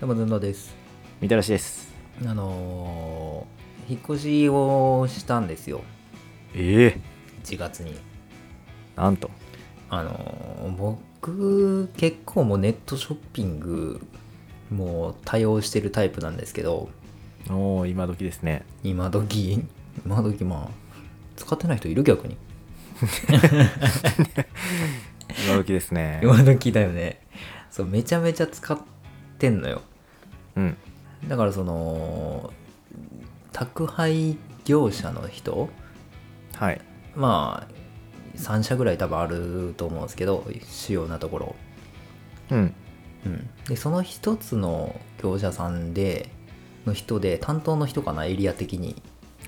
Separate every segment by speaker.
Speaker 1: どうもずんどうです
Speaker 2: みたらしです
Speaker 1: あのー引っ越しをしたんですよ
Speaker 2: ええ
Speaker 1: 1月に
Speaker 2: なんと
Speaker 1: あのー僕結構もうネットショッピングもう多用してるタイプなんですけど
Speaker 2: おお今時ですね
Speaker 1: 今時今時まあ使ってない人いる逆に
Speaker 2: 今時ですね
Speaker 1: 今時だよねそうめちゃめちゃ使ってんのよ
Speaker 2: うん
Speaker 1: だからその宅配業者の人
Speaker 2: はい
Speaker 1: まあ3社ぐらい多分あると思うんですけど主要なところ、
Speaker 2: うん
Speaker 1: うん、でその一つの業者さんでの人で担当の人かなエリア的に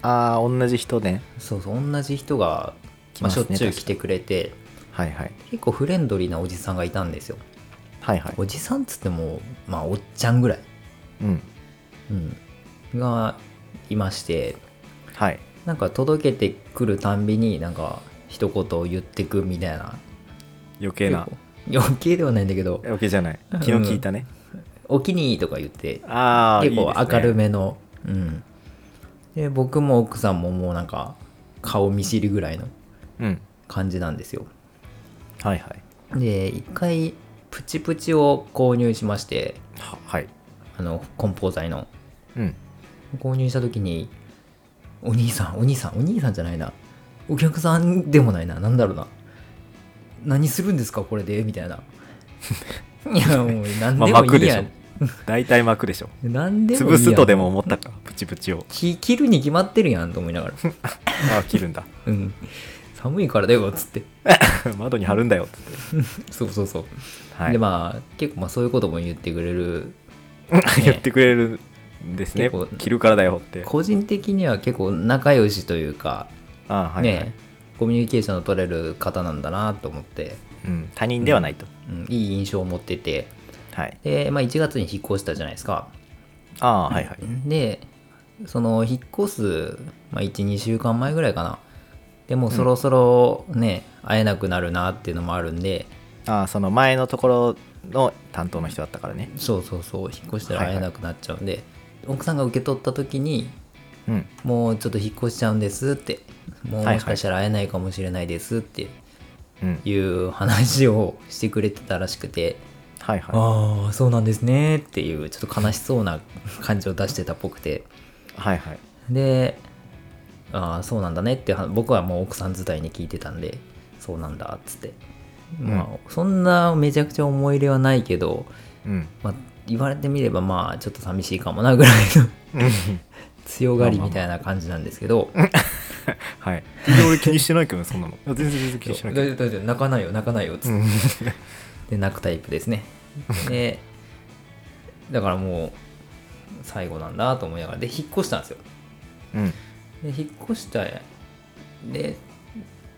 Speaker 2: ああ同じ人ね
Speaker 1: そうそう同じ人が、
Speaker 2: 来
Speaker 1: まあ、
Speaker 2: ま
Speaker 1: し
Speaker 2: す
Speaker 1: ょ
Speaker 2: ね
Speaker 1: っちゅう来てくれて
Speaker 2: はいはい
Speaker 1: 結構フレンドリーなおじさんがいたんですよ
Speaker 2: はいはい
Speaker 1: おじさんっつってもまあおっちゃんぐらい、
Speaker 2: うん
Speaker 1: うん、がいまして
Speaker 2: はい
Speaker 1: なんか届けてくるたんびになんか一言を言ってくみたいな
Speaker 2: 余計な
Speaker 1: 結構余計ではないんだけど
Speaker 2: 余計じゃない
Speaker 1: うん
Speaker 2: 昨日聞いたね、
Speaker 1: お気に入りとか言って
Speaker 2: ああ
Speaker 1: 結構明る
Speaker 2: め
Speaker 1: めのうんで僕も奥さんももうなんか顔見知りぐらいの
Speaker 2: うん
Speaker 1: 感じなんですよ
Speaker 2: はいはい
Speaker 1: で一回プチプチを購入しまして
Speaker 2: ははい
Speaker 1: あの梱包材の
Speaker 2: うん
Speaker 1: 購入した時にお兄さんお兄さんお兄さんじゃないなお客さんでもないななんだろうな何するんですかこれでみたいないやもう何で
Speaker 2: まあ
Speaker 1: も
Speaker 2: 巻く
Speaker 1: いい
Speaker 2: でし
Speaker 1: や
Speaker 2: ょ
Speaker 1: ん、
Speaker 2: 大体巻くでしょ
Speaker 1: 何でもいいや
Speaker 2: 潰
Speaker 1: ん
Speaker 2: すとでも思ったかプチプチを
Speaker 1: き切るに決まってるやんと思いながら
Speaker 2: ああ切るんだ
Speaker 1: うん、寒いからだよっつって
Speaker 2: 窓に貼るんだよって言って
Speaker 1: そうそうそう、
Speaker 2: はい
Speaker 1: でまあ結構まあそういうことも言ってくれる
Speaker 2: 言ってくれるんですね
Speaker 1: 結構
Speaker 2: 着るからだよって
Speaker 1: 個人的には結構仲良しというか、
Speaker 2: ああはい、はい
Speaker 1: ねコミュニケーションの取れる方なんだなと思って、
Speaker 2: うん、他人ではないと、
Speaker 1: うん、いい印象を持ってて
Speaker 2: はい
Speaker 1: で、まあ、1月に引っ越したじゃないですか
Speaker 2: ああはいはい
Speaker 1: でその引っ越す、まあ、12週間前ぐらいかなでもうそろそろね、会えなくなるなっていうのもあるんで
Speaker 2: ああその前のところの担当の人だったからね
Speaker 1: そうそうそう引っ越したら会えなくなっちゃうんで、奥さんが受け取った時に
Speaker 2: うん
Speaker 1: もうちょっと引っ越しちゃうんですってもう
Speaker 2: はいはい
Speaker 1: もしかしたら会えないかもしれないですって
Speaker 2: うん
Speaker 1: いう話をしてくれてたらしくて、
Speaker 2: はいは
Speaker 1: ああそうなんですねっていうちょっと悲しそうな感じを出してたっぽくて
Speaker 2: いはいはい
Speaker 1: でああそうなんだねっては僕はもう奥さん伝いに聞いてたんでそうなんだっつって、まあそんなめちゃくちゃ思い入れはないけど、
Speaker 2: うん
Speaker 1: まあ、言われてみればまあちょっと寂しいかもなぐらいの 強がりみたいな感じなんですけど、
Speaker 2: はい全然俺気にしてないけどねそん なのいや全然全然気にしてな
Speaker 1: 大
Speaker 2: いけ
Speaker 1: 丈夫大丈夫泣かないよ泣かないよっつって、
Speaker 2: どうん
Speaker 1: で泣くタイプです ねでだからもう最後なんだと思いながらで引っ越したんですよ
Speaker 2: うん
Speaker 1: で引っ越したで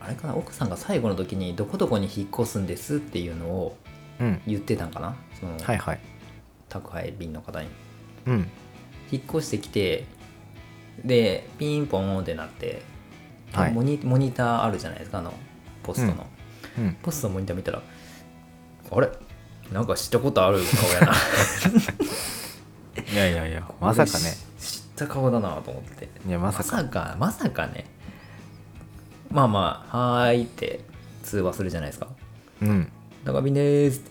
Speaker 1: あれかな奥さんが最後の時にどこどこに引っ越すんですっていうのを
Speaker 2: うん
Speaker 1: 言ってたんかなその
Speaker 2: はいはい
Speaker 1: 宅配便の方に
Speaker 2: うん
Speaker 1: 引っ越してきてでピンポンってなって、
Speaker 2: はい
Speaker 1: モニモニターあるじゃないですかあのポストの、
Speaker 2: うんうん
Speaker 1: ポストのモニター見たらあれなんか知ったことある顔やな
Speaker 2: いやいやいやまさかね
Speaker 1: 俺し知った顔だなと思って
Speaker 2: いやまさ
Speaker 1: ま
Speaker 2: か
Speaker 1: さかまさかねまあまあ「はーい」って通話するじゃないですか
Speaker 2: うん
Speaker 1: 「中身でーす」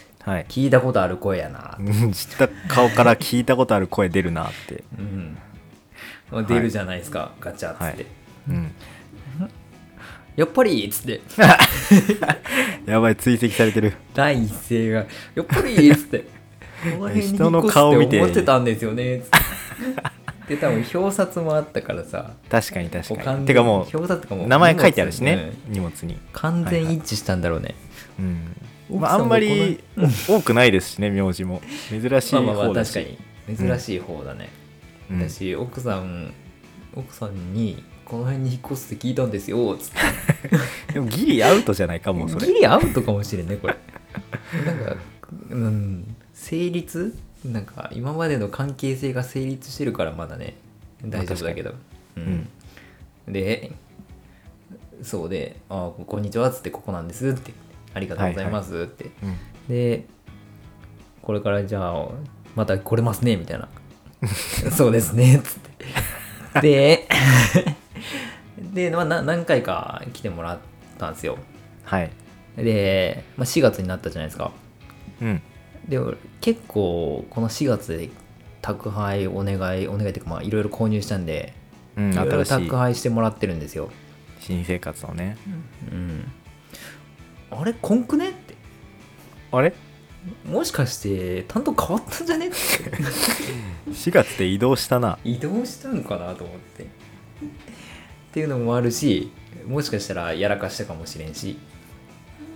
Speaker 2: はい
Speaker 1: 聞いたことある声やな
Speaker 2: うん知った顔から聞いたことある声出るなって
Speaker 1: うん出るじゃないですか、ガチャっつって、
Speaker 2: はいうん
Speaker 1: やっぱりっつって
Speaker 2: やばい追跡されてる
Speaker 1: 第一声が「やっぱり」っつっ て「この辺に
Speaker 2: 人の
Speaker 1: 引っ越す
Speaker 2: 顔
Speaker 1: っ
Speaker 2: 見
Speaker 1: て
Speaker 2: て
Speaker 1: 思ってたんですよね」つっ てで多分表札もあったからさ
Speaker 2: 確かに確
Speaker 1: もう完
Speaker 2: か
Speaker 1: 全
Speaker 2: にてかも
Speaker 1: 表札とか
Speaker 2: う
Speaker 1: も
Speaker 2: 名前書いてあるしね
Speaker 1: うん
Speaker 2: 荷物に
Speaker 1: 完全一致したんだろうね、
Speaker 2: うん
Speaker 1: 奥
Speaker 2: まあ、
Speaker 1: さ
Speaker 2: あ
Speaker 1: んも
Speaker 2: んまり多くないですしね名字も珍しい
Speaker 1: まあまあま
Speaker 2: 方
Speaker 1: あ
Speaker 2: だ
Speaker 1: 確か
Speaker 2: し
Speaker 1: に珍しい方だね、
Speaker 2: うん
Speaker 1: だし奥さん奥さんに「この辺に引っ越すって聞いたんですよ」つって
Speaker 2: でもギリアウトじゃないかもうそ
Speaker 1: ギ
Speaker 2: れ
Speaker 1: リアウトかもしれんねこれなんかうん成立なんか今までの関係性が成立してるからまだね大丈夫だけど、うんでそうで「あこんにちは」っつって「ここなんです」って「ありがとうございます」って、
Speaker 2: うん
Speaker 1: でこれからじゃあまた来れますねみたい なそうですねつってで で、まあ、な何回か来てもらったんですよ
Speaker 2: はい
Speaker 1: で、まあ、4月になったじゃないですか
Speaker 2: うん
Speaker 1: で俺結構この4月で宅配お願いお願いっていうかまあいろいろ購入したんで
Speaker 2: うん
Speaker 1: いろいろ
Speaker 2: 新しい
Speaker 1: 宅配してもらってるんですよ、
Speaker 2: 新生活をね
Speaker 1: うん、あれこんくねって
Speaker 2: あれ
Speaker 1: もしかして担当変わったんじゃねって
Speaker 2: 4月で移動したな
Speaker 1: 移動したんかなと思ってっていうのもあるしもしかしたらやらかしたかもしれんし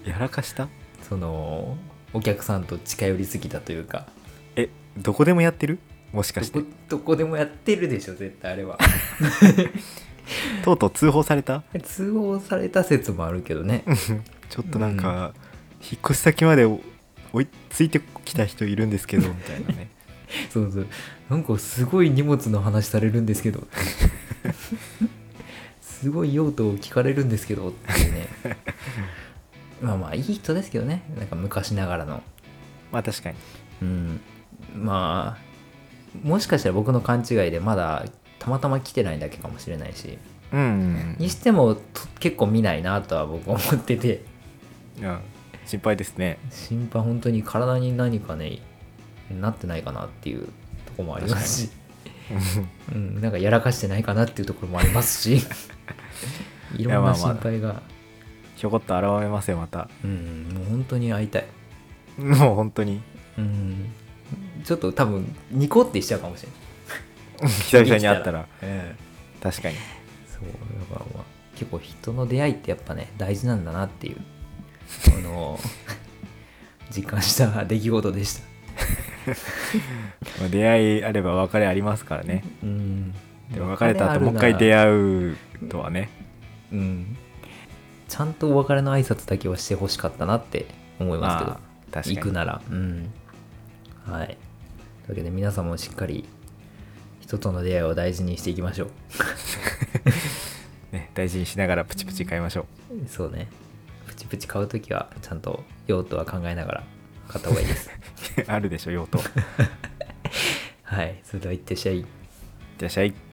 Speaker 2: やらかした
Speaker 1: そのお客さんと近寄りすぎたというか
Speaker 2: えどこでもやってるもしかして
Speaker 1: どこどこでもやってるでしょ絶対あれは
Speaker 2: とうとう通報された
Speaker 1: 通報された説もあるけどね
Speaker 2: ちょっとなんか、引っ越し先までお追いついてきた人いるんですけどみたいなね
Speaker 1: そうそうなんかすごい荷物の話されるんですけ どすごい用途を聞かれるんですけどっていうねまあまあいい人ですけどねなんか昔ながらの
Speaker 2: まあ確かに
Speaker 1: うんまあもしかしたら僕の勘違いでまだたまたま来てないだけかもしれないし
Speaker 2: うんうんうん
Speaker 1: にしてもと結構見ないなとは僕は思ってて
Speaker 2: いや心配です ね
Speaker 1: 心配本当に体に何かねなってないかなっていうところもありますしうん、なんかやらかしてないかなっていうところもありますしいろんな心配が、
Speaker 2: ひょこっと現れますよまた
Speaker 1: うんもう本当に会いたい、
Speaker 2: もう本当に
Speaker 1: うん、ちょっと多分ニコってしちゃうかもしれない、
Speaker 2: 久々に会ったら
Speaker 1: え
Speaker 2: 確かに
Speaker 1: えそうだからまあ結構人の出会いってやっぱね大事なんだなっていうあ の実感した出来事でした
Speaker 2: まあ出会いあれば別れありますからね
Speaker 1: うん
Speaker 2: でも別れた後もう一
Speaker 1: あ
Speaker 2: 回
Speaker 1: るな
Speaker 2: 出会うとはね
Speaker 1: うんちゃんとお別れの挨拶だけはしてほしかったなって思いますけど
Speaker 2: まあ確
Speaker 1: 行
Speaker 2: か
Speaker 1: く
Speaker 2: に
Speaker 1: ならうんはいというわけで皆さんもしっかり人との出会いを大事にしていきましょう
Speaker 2: ね大事にしながらプチプチ買いましょ
Speaker 1: そうねプチプチ買う時はちゃんと用途は考えながら買った方がいいです
Speaker 2: うあるでしょ用途いっ
Speaker 1: はいそれでは行ってらっしゃい
Speaker 2: てらっしゃい